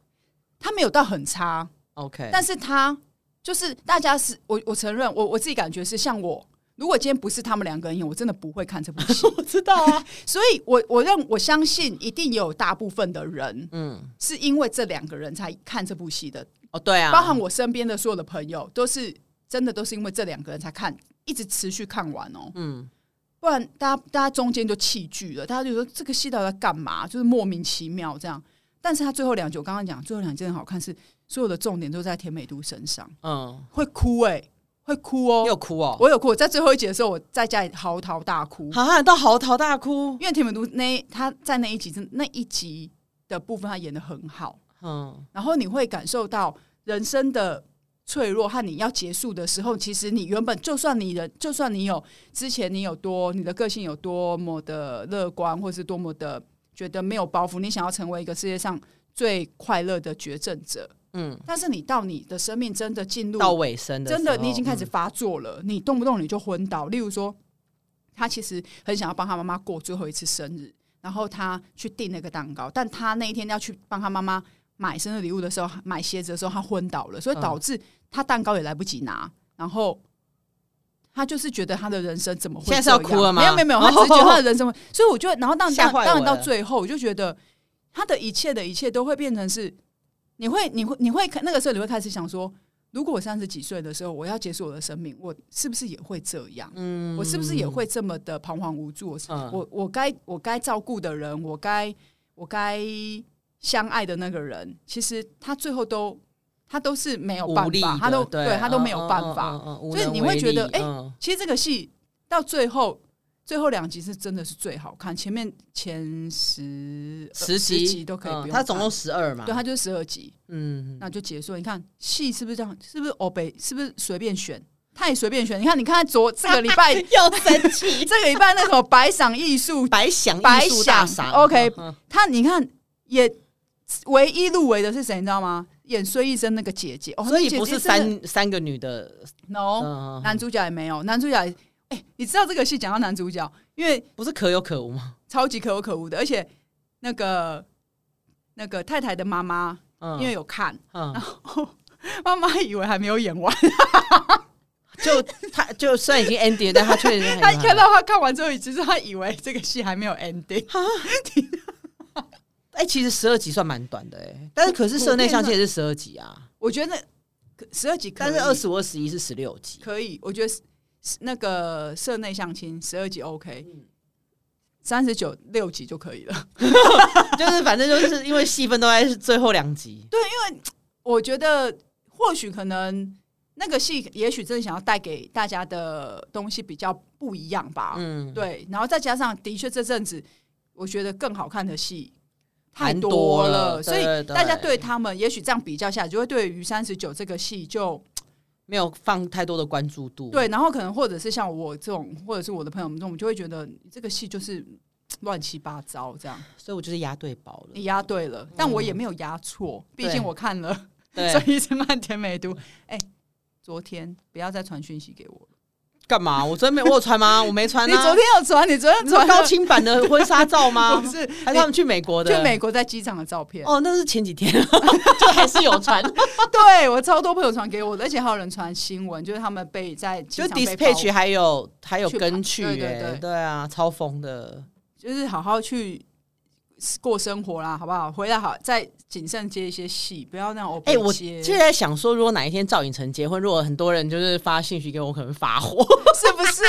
S2: 她没有到很差，
S1: OK，
S2: 但是她就是大家是我我承认，我我自己感觉是像我。如果今天不是他们两个人演，我真的不会看这部戏。
S1: 我知道啊，
S2: 所以我，我认我相信一定有大部分的 人
S1: 嗯，
S2: 是因为这两个人才看这部戏的。
S1: 哦，对啊，
S2: 包含我身边的所有的朋友，都是真的都是因为这两个人才看，一直持续看完哦。
S1: 嗯，
S2: 不然大家大家中间就弃剧了，大家就说这个戏到底在干嘛？就是莫名其妙这样。但是他最后两集，我刚刚讲最后两集很好看是，所有的重点都在田美都身上，
S1: 嗯，
S2: 会哭哎、会哭
S1: 你
S2: 哦。
S1: 有哭哦，
S2: 我有哭，我在最后一集的时候，我在家里嚎啕大哭，
S1: 好像到嚎啕大哭，
S2: 因为田美都那一他在那一集真那一集的部分，他演的很好。
S1: 嗯
S2: 然后你会感受到人生的脆弱和你要结束的时候，其实你原本就算你人，就算你有之前你有多你的个性有多么的乐观，或是多么的觉得没有包袱，你想要成为一个世界上最快乐的决胜者，
S1: 嗯，
S2: 但是你到你的生命真的进入
S1: 到尾声的时候，
S2: 真的，你已经开始
S1: 嗯
S2: 发作了，你动不动你就昏倒。例如说，他其实很想要帮他妈妈过最后一次生日，然后他去订那个蛋糕，但他那一天要去帮他妈妈买生日礼物的时候，买鞋子的时候，他昏倒了，所以
S1: 嗯
S2: 导致他蛋糕也来不及拿，然后。他就是觉得他的人生怎么会
S1: 现在是要
S2: 这样
S1: 哭了吗
S2: 没有没有没有，他只是觉 得他的人生会，所以我就然后当
S1: 吓
S2: 当
S1: 坏我了
S2: 当然到最后，我就觉得他的一切的一切都会变成是，你会你会你会那个时候你会开始想说，如果我三十几岁的时候我要结束我的生命，我是不是也会这样？
S1: 嗯
S2: 我是不是也会这么的彷徨无助？我是
S1: 嗯
S2: 我我该我该照顾的人，我该我该相爱的那个人，其实他最后都他都是没有办
S1: 无力的？
S2: 法，他都
S1: 对嗯
S2: 他都没有办法。，
S1: 所
S2: 所以你会觉得哎
S1: 哎，
S2: 其实这个戏到最后最后两集是真的是最好看，前面前十
S1: 十
S2: 集
S1: 集嗯
S2: 都可以不用看
S1: 他总共十二嘛，
S2: 对，它就是十二集，
S1: 嗯，
S2: 那就结束了。你看戏是不是这样？是不是欧北？是不是随便选？太随便选！你看，你看昨这个礼 拜，
S1: 又生气，
S2: 这个礼拜那什么白赏艺术，
S1: 白想
S2: 白
S1: 艺术大
S2: 想
S1: 赏
S2: OK
S1: 嗯
S2: 他你看也唯一入围的是谁？你知道吗？演孙艺珍那个姐姐，哦，
S1: 所
S2: 那
S1: 以
S2: 姐姐
S1: 不是
S2: 真的哦
S1: 三三个女的，
S2: no，、
S1: 嗯
S2: 男主角也没有，男主角也，哎、你知道这个戏讲到男主角，因为
S1: 不是可有可无吗？
S2: 超级可有可无的，而且那个那个太太的妈妈
S1: 嗯
S2: 因为哦有看，
S1: 嗯，
S2: 妈妈以为还没有演完。
S1: 就他就虽然已经 ending，了但他确实是很
S2: 他看到他看完之后，其实他以为这个戏还没有 ending。
S1: 哎，其实十二集算蛮短的哎，但是可是室内相亲也是十二集啊，
S2: 我觉得十二集可以，
S1: 但是二十五、二十一是十六集，
S2: 可以。我觉得是是那个社内相亲十二集 OK，三十九六集就可以了。
S1: 就是反正就是因为戏份都在最后两集，
S2: 我觉得或许可能那个戏，也许真的想要带给大家的东西比较不一样吧。
S1: 嗯，
S2: 对，然后再加上的确这阵子，我觉得更好看的戏。太
S1: 蛮
S2: 多
S1: 多
S2: 了，
S1: 了
S2: 所以
S1: 对对
S2: 大家对他们，也许这样比较下来，就会对于三十九这个戏就
S1: 没有放太多的关注度，，
S2: 对，然后可能或者是像我这种，或者是我的朋友们这种，就会觉得这个戏就是乱七八糟这样。
S1: 所以我就是押对宝了，
S2: 你押对了，但我也没有押错，毕
S1: 对
S2: 竟我看了《
S1: 对，
S2: 所以真爱甜美都》。哎，昨天不要再传讯息给我了。
S1: 干嘛？我昨天没我有穿吗？我没穿
S2: 你
S1: 啊，
S2: 昨天有传，你昨天
S1: 你说
S2: 传
S1: 高
S2: 了
S1: 清版的婚纱照吗
S2: 啊 不？是
S1: 还是他们去美国的？
S2: 去美国在机场的照片？
S1: 哦，那是前几 天，就还是有传，
S2: 对我超多朋友传给我的，而且还有人传新闻，就是他们被在 机
S1: 就
S2: 场被包
S1: dispatch 啊还有还有
S2: 去
S1: 跟
S2: 跑
S1: 去、欸，
S2: 对对对
S1: 啊，超疯的，
S2: 就是好好去过生活啦，好不好？回来好再谨慎接一些戏，不要那种
S1: 哎、我
S2: 接
S1: 现在想说，如果哪一天赵寅成结婚，如果很多人就是发信息给我，我可能发火。
S2: 是不是？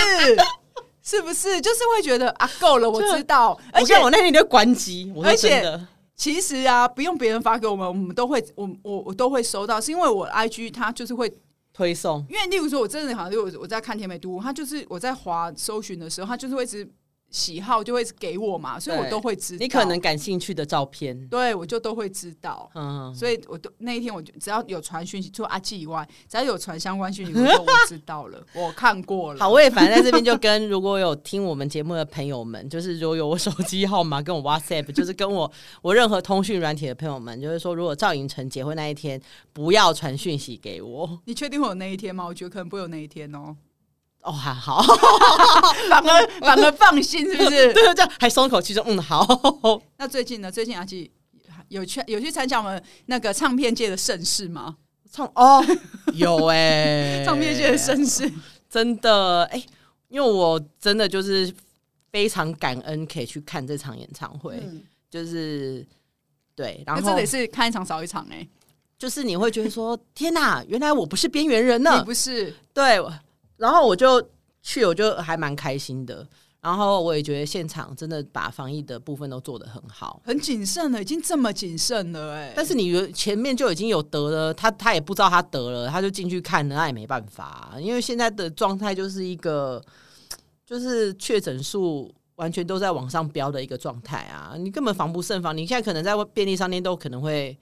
S2: 是不是？就是会觉得啊，够了，我
S1: 这
S2: 知道。 而
S1: 我
S2: 且
S1: 看我那天就关机，我说
S2: 而且
S1: 真的，
S2: 其实啊，不用别人发给我们，我们都会，我我我都会收到，是因为我 IG 它就是会，
S1: 推送
S2: 因为例如说，我真的好像我我在看甜美都，它就是我在滑搜寻的时候，它就是会一直喜好就会一直给我嘛，所以我
S1: 对
S2: 都会知道。
S1: 你可能感兴趣的照片，
S2: 对我就都会知道。
S1: 嗯，
S2: 所以我都那一天我就只要有传讯息，除了阿纪以外，只要有传相 关讯息，我就说我知道了，我看过了。
S1: 好，我也反正在这边就跟如果有听我们节目的朋友们，就是如果有我手机号码跟我 WhatsApp，就是 跟我我任何通讯软体的朋友们，就是说，如果赵寅成结婚那一天，不要传讯息给我。
S2: 你确定会有那一天吗？我觉得可能不会有那一天哦，
S1: 哦，还好，
S2: 反而反而放心，是不
S1: 对
S2: 是？
S1: 对，这样还松口气说，嗯，好。
S2: 那最近呢？最近阿纪有去有去参加我们那个唱片界的盛事吗？
S1: 唱 哦，有哎、 嗯
S2: 唱片界的盛事，
S1: 真的哎、因为我真的就是非常感恩可以去看这场演唱会，
S2: 嗯
S1: 就是对，然
S2: 那
S1: 后
S2: 真的是看一场少一场哎、
S1: 就是你会觉得说，天哪，原来我不是边缘人呢
S2: 你。不是
S1: 对，然后我就去，我就还蛮开心的。然后我也觉得现场真的把防疫的部分都做得很好。
S2: 很谨慎了，已经这么谨慎了、哎，
S1: 但是你有前面就已经有得了，他他也不知道他得了，他就进去看了，那也没办法啊、因为现在的状态就是一个，就是确诊数完全都在往上飙的一个状态啊，你根本防不胜防。你现在可能在便利商店都可能会，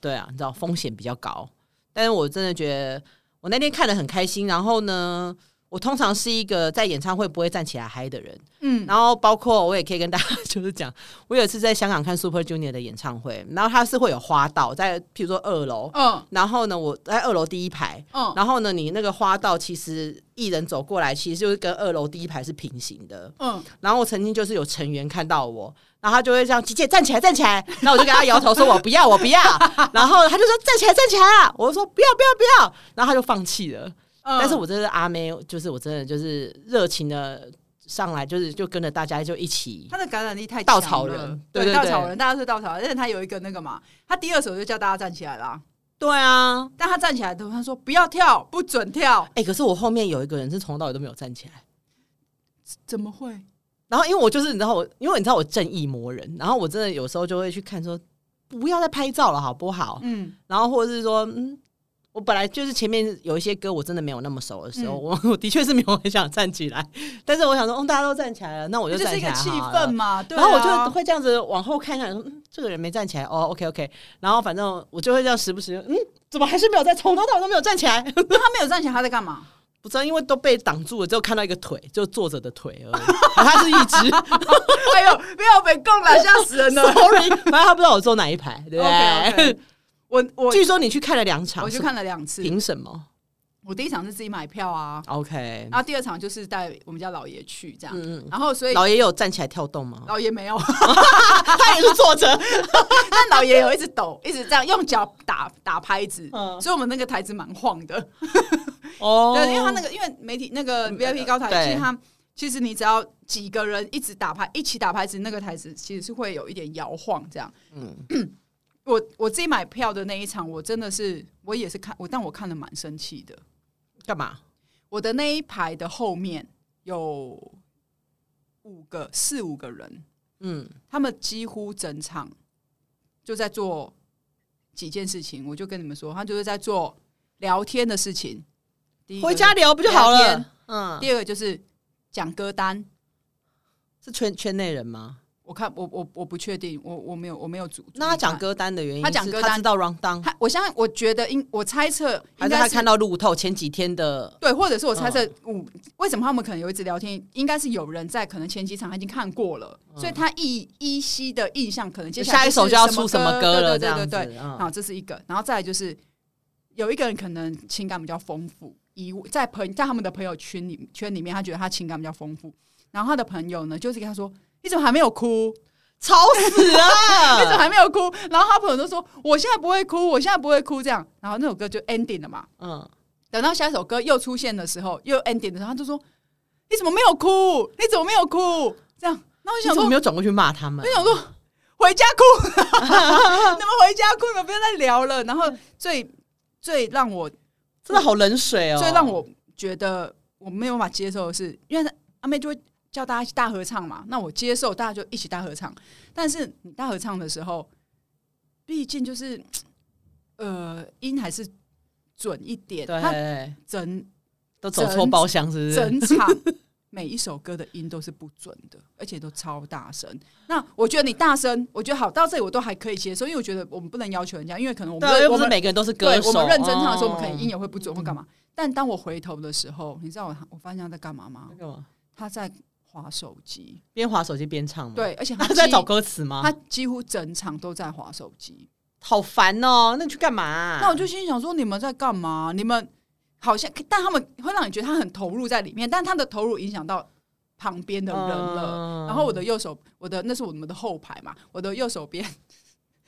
S1: 对啊，你知道风险比较高。但是我真的觉得，我那天看得很开心。然后呢，我通常是一个在演唱会不会站起来嗨的人，
S2: 嗯，
S1: 然后包括我也可以跟大家就是讲，我有一次在香港看 Super Junior 的演唱会，然后它是会有花道在，譬如说二楼，
S2: 嗯
S1: 然后呢我在二楼第一排，
S2: 嗯
S1: 然后呢你那个花道其实艺人走过来，其实就是跟二楼第一排是平行的。
S2: 嗯，
S1: 然后我曾经就是有成员看到我，然后他就会这样，姐姐站起来站起来，然后我就跟他摇头说我不要我不要，然后他就说站起来站起来啊，我就说不要不要不要，然后他就放弃了。
S2: 嗯哦
S1: 但是我真的是阿妹，就是我真的就是热情的上来，就是就跟着大家就一起
S2: 他的感染力太
S1: 稻
S2: 强
S1: 草
S2: 了
S1: 人
S2: 对
S1: 对对
S2: 稻
S1: 对
S2: 草人，大家是稻草人，而且他有一个那个嘛，他第二首就叫大家站起来啦，
S1: 对啊，
S2: 但他站起来的时候，他说不要跳，不准跳，
S1: 哎、可是我后面有一个人是从头到尾都没有站起来。哦
S2: 怎么会？
S1: 然后因为我就是你知道我，因为你知道我正义魔人，然后我真的有时候就会去看说，不要再拍照了好不好？
S2: 嗯，
S1: 然后或者是说，嗯，我本来就是前面有一些歌我真的没有那么熟的时候，
S2: 嗯
S1: 我 我的确是没有很想站起来，但是我想说，哦，大家都站起来了，那我
S2: 这就
S1: 站
S2: 是一
S1: 起
S2: 个
S1: 来
S2: 气
S1: 好了
S2: 氛嘛，对、啊。
S1: 然后我就会这样子往后看一下，说嗯，这个人没站起来，哦，OK OK。然后反正我就会这样时不时，嗯，怎么还是没有在，从头到尾都没有站起来？
S2: 那他没有站起来，他在干嘛？
S1: 不知道，因为都被挡住了，只有看到一个腿，就坐着的腿而已。反正他是一 只
S2: 哎呦，不要被供了，吓死 人了！
S1: ，sorry，反正他不知道我坐哪一排，对不
S2: OK，OK
S1: 对？
S2: 我我
S1: 据说你去看了两场，
S2: 我去
S1: 是
S2: 看了两次，
S1: 凭什么
S2: 我第一场是自己买票啊，
S1: ？OK，
S2: 然后第二场就是带我们家老爷去这样，
S1: 嗯嗯
S2: 然后所以
S1: 老爷有站起来跳动 吗？
S2: 老 爷没有，
S1: 他也是坐 着，
S2: 但老爷有一直抖，一直这样用脚打打拍子，
S1: 嗯
S2: 所以我们那个台子蛮晃的。
S1: 哦
S2: 对，因为他那个因为媒体那个
S1: 嗯
S2: VIP 高台，
S1: 对
S2: 其实他其实你只要几个人一直打牌，一起打牌子，那个台子其实是会有一点摇晃这样。
S1: 嗯
S2: 我我自己买票的那一场，我真的是我也是看我，但我看了蛮生气的。
S1: 干嘛？
S2: 我的那一排的后面有五个四五个人，
S1: 嗯，
S2: 他们几乎整场就在做几件事情，我就跟你们说，他就是在做聊天的事情。第一个
S1: 回家聊不就好
S2: 聊天
S1: 了？嗯，
S2: 第二个就是讲歌单，
S1: 是圈圈内人吗？
S2: 我看我我我不确定，我我没有我没有组。
S1: 那他讲
S2: 歌，
S1: 歌单的原因是，
S2: 他讲歌单
S1: 他知道 round down，
S2: 他我相信，我觉得应我猜测
S1: 还是他
S2: 应该是
S1: 看到路透前几天的？
S2: 对，或者是我猜
S1: 嗯
S2: 测五、为什么他们可能有一直聊天，应该是有人在可能前几场他已经看过了，所以他依依稀的印象可能接
S1: 就嗯
S2: 下来
S1: 下一首
S2: 是
S1: 就要出什么歌了，
S2: 对对对对
S1: 这样
S2: 对。
S1: 子嗯
S2: 好，这是一个，然后再来就是有一个人可能情感比较丰富，以在朋在他们的朋友圈里圈里面，他觉得他情感比较丰富，然后他的朋友呢就是跟他说：“你怎么还没有哭？
S1: 吵死
S2: 你怎么
S1: 啊！
S2: 还没有哭？”然后他朋友就说：“我现在不会哭，我现在不会哭。”这样，然后那首歌就 ending 了嘛。
S1: 嗯，
S2: 等到下一首歌又出现的时候，又 ending 的时候，他就说：“你怎么没有哭？你怎么没有哭？”这样，那我
S1: 你
S2: 想
S1: 怎么
S2: 说
S1: 没，有转过去骂他们
S2: 我？想说回家哭， 你们回家哭，你们不要再聊了。然后最最让我
S1: 真的好冷水哦！
S2: 最让我觉得我没有办法接受的是，因为阿妹就会叫大家一起大合唱嘛，那我接受大家就一起大合唱。但是你大合唱的时候，毕竟就是呃音还是准一点，它
S1: 对
S2: 整
S1: 都走错包厢 啊是不是？
S2: 整场每一首歌的音都是不准的，而且都超大声。那我觉得你大声，我觉得好到这里我都还可以接受，因为我觉得我们不能要求人家，因为可能我们
S1: 对，又
S2: 我
S1: 不是
S2: 们
S1: 每个人都是歌
S2: 对
S1: 手。
S2: 我们认真唱的时候，我们可
S1: 肯
S2: 能音也会不准或干嘛。但当我回头的时候，你知道我我发现他在干嘛吗？
S1: 干嘛？
S2: 他在划手
S1: 哦
S2: 机，
S1: 边划手机边唱吗？，
S2: 对，而且
S1: 嗯 他
S2: 他
S1: 是在
S2: 几
S1: 找歌词吗
S2: 他？几乎整场都在划手机。
S1: 好烦哦！那你去干嘛？
S2: 那我就心想说，你们在干嘛？你们好像，但他们会让你觉得他很投入在里面，但他的投入影响到旁边的人了。
S1: 嗯
S2: 然后我的右手，我的那是我们的后排嘛， 我的右手边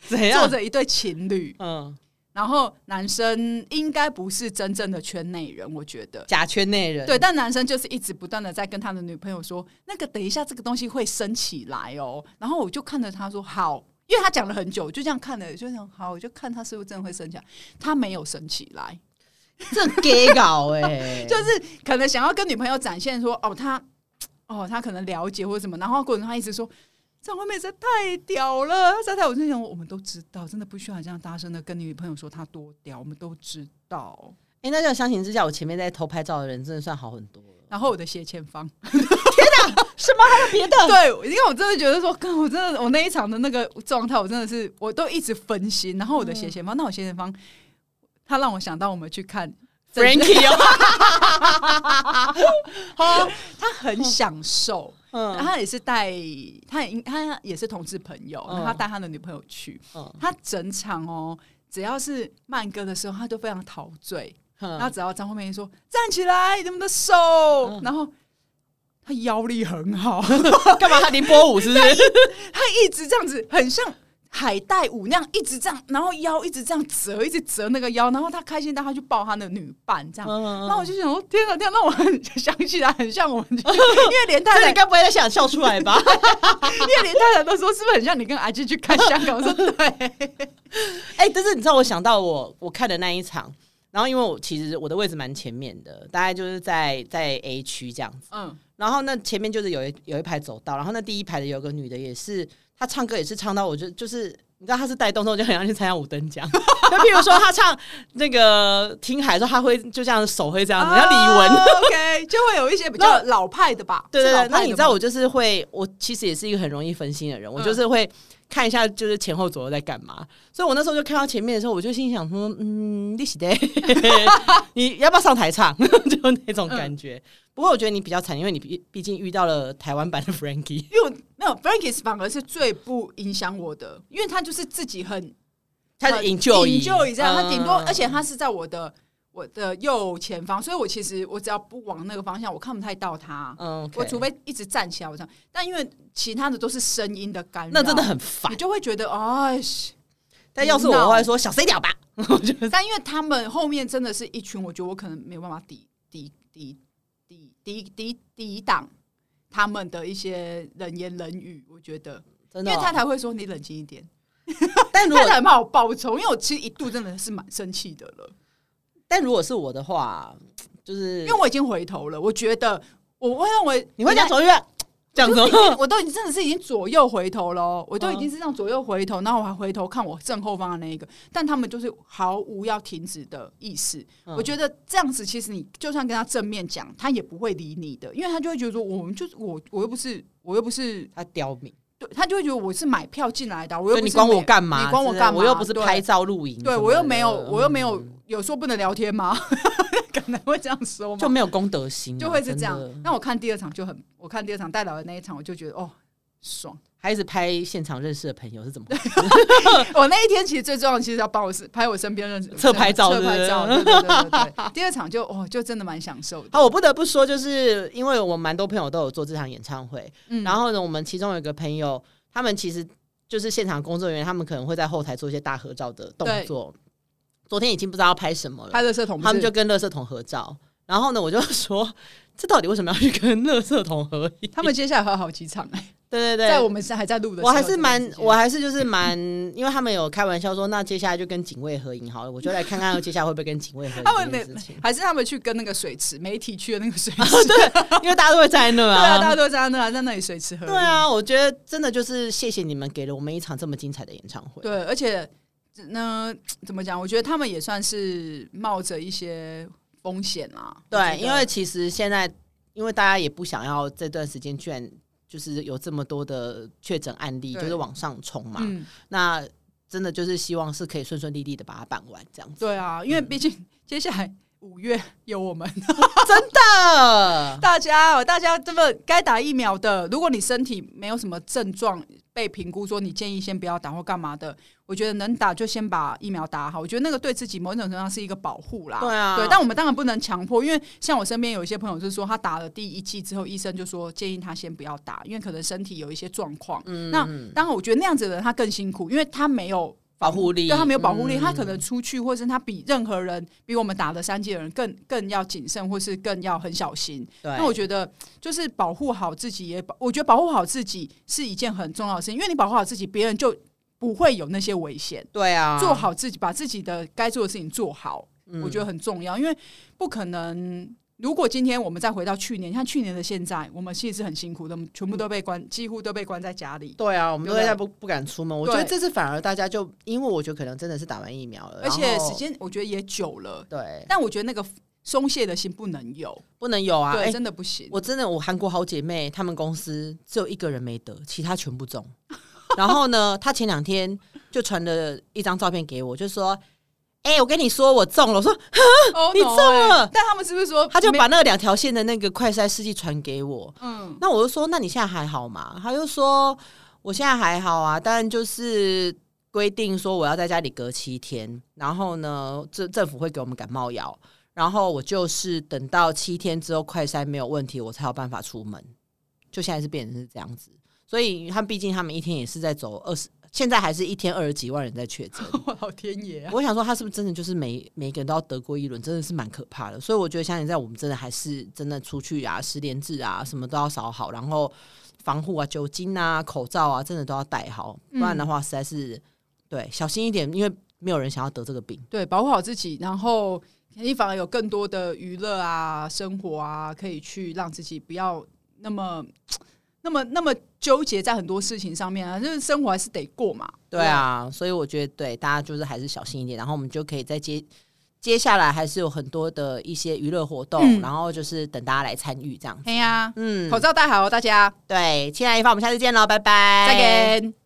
S1: 怎
S2: 坐
S1: 样？
S2: 着一对情侣，
S1: 嗯，
S2: 然后男生应该不是真正的圈内人，我觉得。
S1: 假圈内人。
S2: 对，但男生就是一直不断的在跟他的女朋友说，那个等一下这个东西会升起来哦。然后我就看着他说，好，因为他讲了很久，就这样看了，就想好，我就看他是不是真的会生气来。他没有生起来，
S1: 这 gay 搞哎，
S2: 就是可能想要跟女朋友展现说，哦，他，哦，他可能了解或者什么，然后过程中他一直说。张惠妹真的太屌了！她在我就想，我们都知道，真的不需要这样大声的跟女朋友说她多屌，我们都知道。
S1: 哎、那这样相形之下，我前面在偷拍照的人真的算好很多了。
S2: 然后我的斜前方，
S1: 什么？还有别 的？
S2: 对，因为我真的觉得说，跟我真的我那一场的那个状态，我真的是我都一直分心。然后我的斜前方，那我斜前方，他让我想到我们去看
S1: Frankie 哦，
S2: 哦，他很享受，
S1: 嗯
S2: 他也是带他也他也是同志朋友，
S1: 嗯
S2: 然后他带他的女朋友去，
S1: 嗯
S2: 他整场哦。只要是慢歌的时候，他都非常陶醉。然后
S1: 嗯，
S2: 只要张惠妹说站起来，你们的手，
S1: 嗯
S2: 然后他腰力很好，
S1: 干嘛？他凌波舞是不是？
S2: 他一直这样子，很像海带舞那样，一直这样，然后腰一直这样折，一直折那个腰，然后他开心到他去抱他的女伴，这样。
S1: 嗯
S2: 那我就想说，天啊哪，天哪！那我很想起来，很像我 们去，因为连太
S1: 这
S2: 太
S1: 你，该不会在想笑出来吧？
S2: 因为连太太都说，是不是很像你跟阿基去看香港？我说 对，
S1: 哎、但是你知道，我想到我我看的那一场，然后因为我其实我的位置蛮前面的，大概就是在在 A 区这样子。
S2: 嗯，
S1: 然后那前面就是有一有一排走道，然后那第一排的有个女的也是，她唱歌也是唱到我就就是你知道她是带动作，就很像去参加五等奖。 就譬如说她唱那个听海的时候，她会就这样手会
S2: 啊
S1: 这样子，像李玟。
S2: ，OK，就会有一些比较老派的吧？
S1: 对对
S2: 是老
S1: 对
S2: 派，的
S1: 那你知道
S2: 吗
S1: 我就是会，我其实也是一个很容易分心的人，我
S2: 嗯
S1: 就是会看一下就是前后左右在干嘛。所以我那时候就看到前面的时候，我就心想说，嗯，你喜得， 你要不要上台唱？ 就那种
S2: 嗯
S1: 感觉。不过我觉得你比较惨，因为你毕毕竟遇到了台湾版的 Frankie。
S2: 因为我没有 Frankis 反而是最不影响我的，因为他就是自己很
S1: 他是 enjoy 嗯
S2: enjoy 这样，他顶多，而
S1: 且
S2: 且他是在我的我的右前方，所以我其实我只要不往那个方向，我看不太到他。
S1: 嗯，
S2: 我
S1: OK
S2: 除非一直站起来，我这样，但因为其他的都是声音的干扰，
S1: 那真的很烦
S2: 你。就会觉得哎。是
S1: 但要是我，
S2: 闹
S1: 我会说小声一点吧。我觉得
S2: 但因为他们后面真的是一群，我觉得我可能没有办法抵抵抵抵抵抵抵挡他们的一些冷言冷语，我觉得，
S1: 真
S2: 因
S1: 的
S2: 为
S1: 哦、
S2: 太太会说你冷静一点。
S1: 但如
S2: 太
S1: 果
S2: 太很怕我报仇，因为我其实一度真的是蛮生气的了，
S1: 但如果是我的话，就是
S2: 因为我已经回头了，我觉得我会认为
S1: 你会讲
S2: 我
S1: 手语啊这样子
S2: 就
S1: 哦
S2: 是已。经我都已经真的是已经左右回头了哦，我都已
S1: 嗯
S2: 经是这样左右回头，然后我还回头看我正后方的那一个，但他们就是毫无要停止的意思。
S1: 嗯
S2: 我觉得这样子，其实你就算跟他正面讲，他也不会理你的，因为他就会觉得说，我们就是我，我又不是，我又不是，
S1: 他刁民，
S2: 对他就会觉得我是买票进来的，我又
S1: 就
S2: 不是
S1: 你管我
S2: 没
S1: 干嘛？
S2: 你管
S1: 之
S2: 我
S1: 类的
S2: 干嘛？
S1: 我又不是
S2: 对
S1: 拍照录影什么的，
S2: 对我又没有，我又没有
S1: 嗯，，
S2: 有说不能聊天吗？ 可能会这样说吗？
S1: 就没有公德心啊，
S2: 就会是这样
S1: 真。的
S2: 那我看第二场就很，我看第二场戴老的那一场，我就觉得哦爽。
S1: 还一直拍现场认识的朋友是怎么回事？
S2: 我那一天其实最重要，其实要帮我是拍我身边认识
S1: 侧拍照
S2: 侧拍照，
S1: 对
S2: 对对对对对。第二场就哦，就真的蛮享受的。
S1: 好，我不得不说，就是因为我蛮多朋友都有做这场演唱会，
S2: 嗯
S1: 然后呢，我们其中有一个朋友，他们其实就是现场工作人员，他们可能会在后台做一些大合照的动作。昨天已经不知道要拍什么了，
S2: 拍的社同
S1: 他们就跟垃圾桶合照。然后呢，我就说， 这到底为什么要去跟垃圾桶合影？
S2: 他们接下来还有好几场，哎
S1: 对对对，
S2: 在我们是还在录的时
S1: 我
S2: 候，
S1: 还是蛮
S2: 真的，是
S1: 我还是就是蛮，因为他们有开玩笑说，那接下来就跟警卫合影好了，我就来看看接下来会不会跟警卫合影
S2: 他们
S1: 这件
S2: 没
S1: 事情，
S2: 还是他们去跟那个水池媒体去的那个水池，
S1: 因为大家都会站在那
S2: 对
S1: 啊，
S2: 啊，大家都在那在那里水池喝饮
S1: 对啊，我觉得真的就是谢谢你们给了我们一场这么精彩的演唱会，
S2: 对，而且那怎么讲？我觉得他们也算是冒着一些风险啦。我
S1: 对，
S2: 觉得
S1: 因为其实现在因为大家也不想要这段时间居然就是有这么多的确诊案例，
S2: 对
S1: 就是往上冲嘛，
S2: 嗯，
S1: 那真的就是希望是可以顺顺利利的把它办完这样子，
S2: 对啊，因为毕竟接下来五月有我们
S1: 的
S2: 大家哦，大家这么该打疫苗的，如果你身体没有什么症状被评估说你建议先不要打或干嘛的，我觉得能打就先把疫苗打好。我觉得那个对自己某种程度上是一个保护啦。
S1: 对啊
S2: 对，但我们当然不能强迫，因为像我身边有一些朋友就是说，他打了第一剂之后，医生就说哦建议他先不要打，因为可能身体有一些状况。
S1: 嗯
S2: 那当然，我觉得那样子的人他更辛苦，因为他没有
S1: 保护力，
S2: 对他没有保护力，
S1: 嗯
S2: 他可能出去，或是他比任何人比我们打的三剂的人更更要谨慎，或是更要很小心。
S1: 对，
S2: 那我觉得就是保护好自己也，保，我觉得保护好自己是一件很重要的事情，因为你保护好自己，别人就。不不会有那些危险。
S1: 对啊，嗯
S2: 做好自己，把自己的该做的事情做好，我觉得很重要，因为不可能。如果今天我们再回到去年，像去年的现在，我们其实是很辛苦的，我们全部都被关，几乎都被关在家里。
S1: 嗯对啊，我们都
S2: 对不对
S1: 在不不敢出门。我觉
S2: 对
S1: 得这次反而大家就，因为我觉得可能真的是打完疫苗了，
S2: 而且
S1: 然后
S2: 时间我觉得也久了，
S1: 对
S2: 但我觉得那个松懈的心不能有，
S1: 不能有啊。
S2: 对，
S1: 哎
S2: 真的不行。
S1: 我真的我韩国好姐妹，她们公司只有一个人没得，其他全部中。然后呢，她前两天就传了一张照片给我，就说：“哎、我跟你说我中了。”我说
S2: 哦，：“
S1: 你中了。
S2: 但他们是不是说
S1: 她就
S2: 没
S1: 把那个两条线的那个快筛试剂传给我，
S2: 嗯
S1: 那我就说：“那你现在还好吗？”她就说：“我现在还好啊，但就是规定说我要在家里隔七天，然后呢，政政府会给我们感冒药，然后我就是等到七天之后快筛没有问题，我才有办法出门。就现在是变成是这样子，所以他们毕竟他们一天也是在走二十，现在还是一天二十几万人在确诊。”
S2: 我老天爷啊，
S1: 我想说，他是不是真的就是每每个人都要得过一轮，真的是蛮可怕的。所以我觉得，像现在我们真的还是真的出去啊，十连制啊，什么都要扫好，然后防护啊、酒精啊、口罩啊，真的都要戴好，不然的话实在是、对小心一点，因为没有人想要得这个病。
S2: 对，保护好自己，然后你反而有更多的娱乐啊、生活啊，可以去让自己不要那么、那么、那么纠结在很多事情上面啊。就是生活还是得过嘛。
S1: 对，啊，所以我觉得对大家就是还是小心一点，然后我们就可以再接接下来还是有很多的一些娱乐活动，
S2: 嗯
S1: 然后就是等大家来参与这样。
S2: 哎呀、
S1: 嗯
S2: 口，罩戴好哦，大家，
S1: 对，亲爱的一方，我们下次见喽，拜拜，
S2: 再见。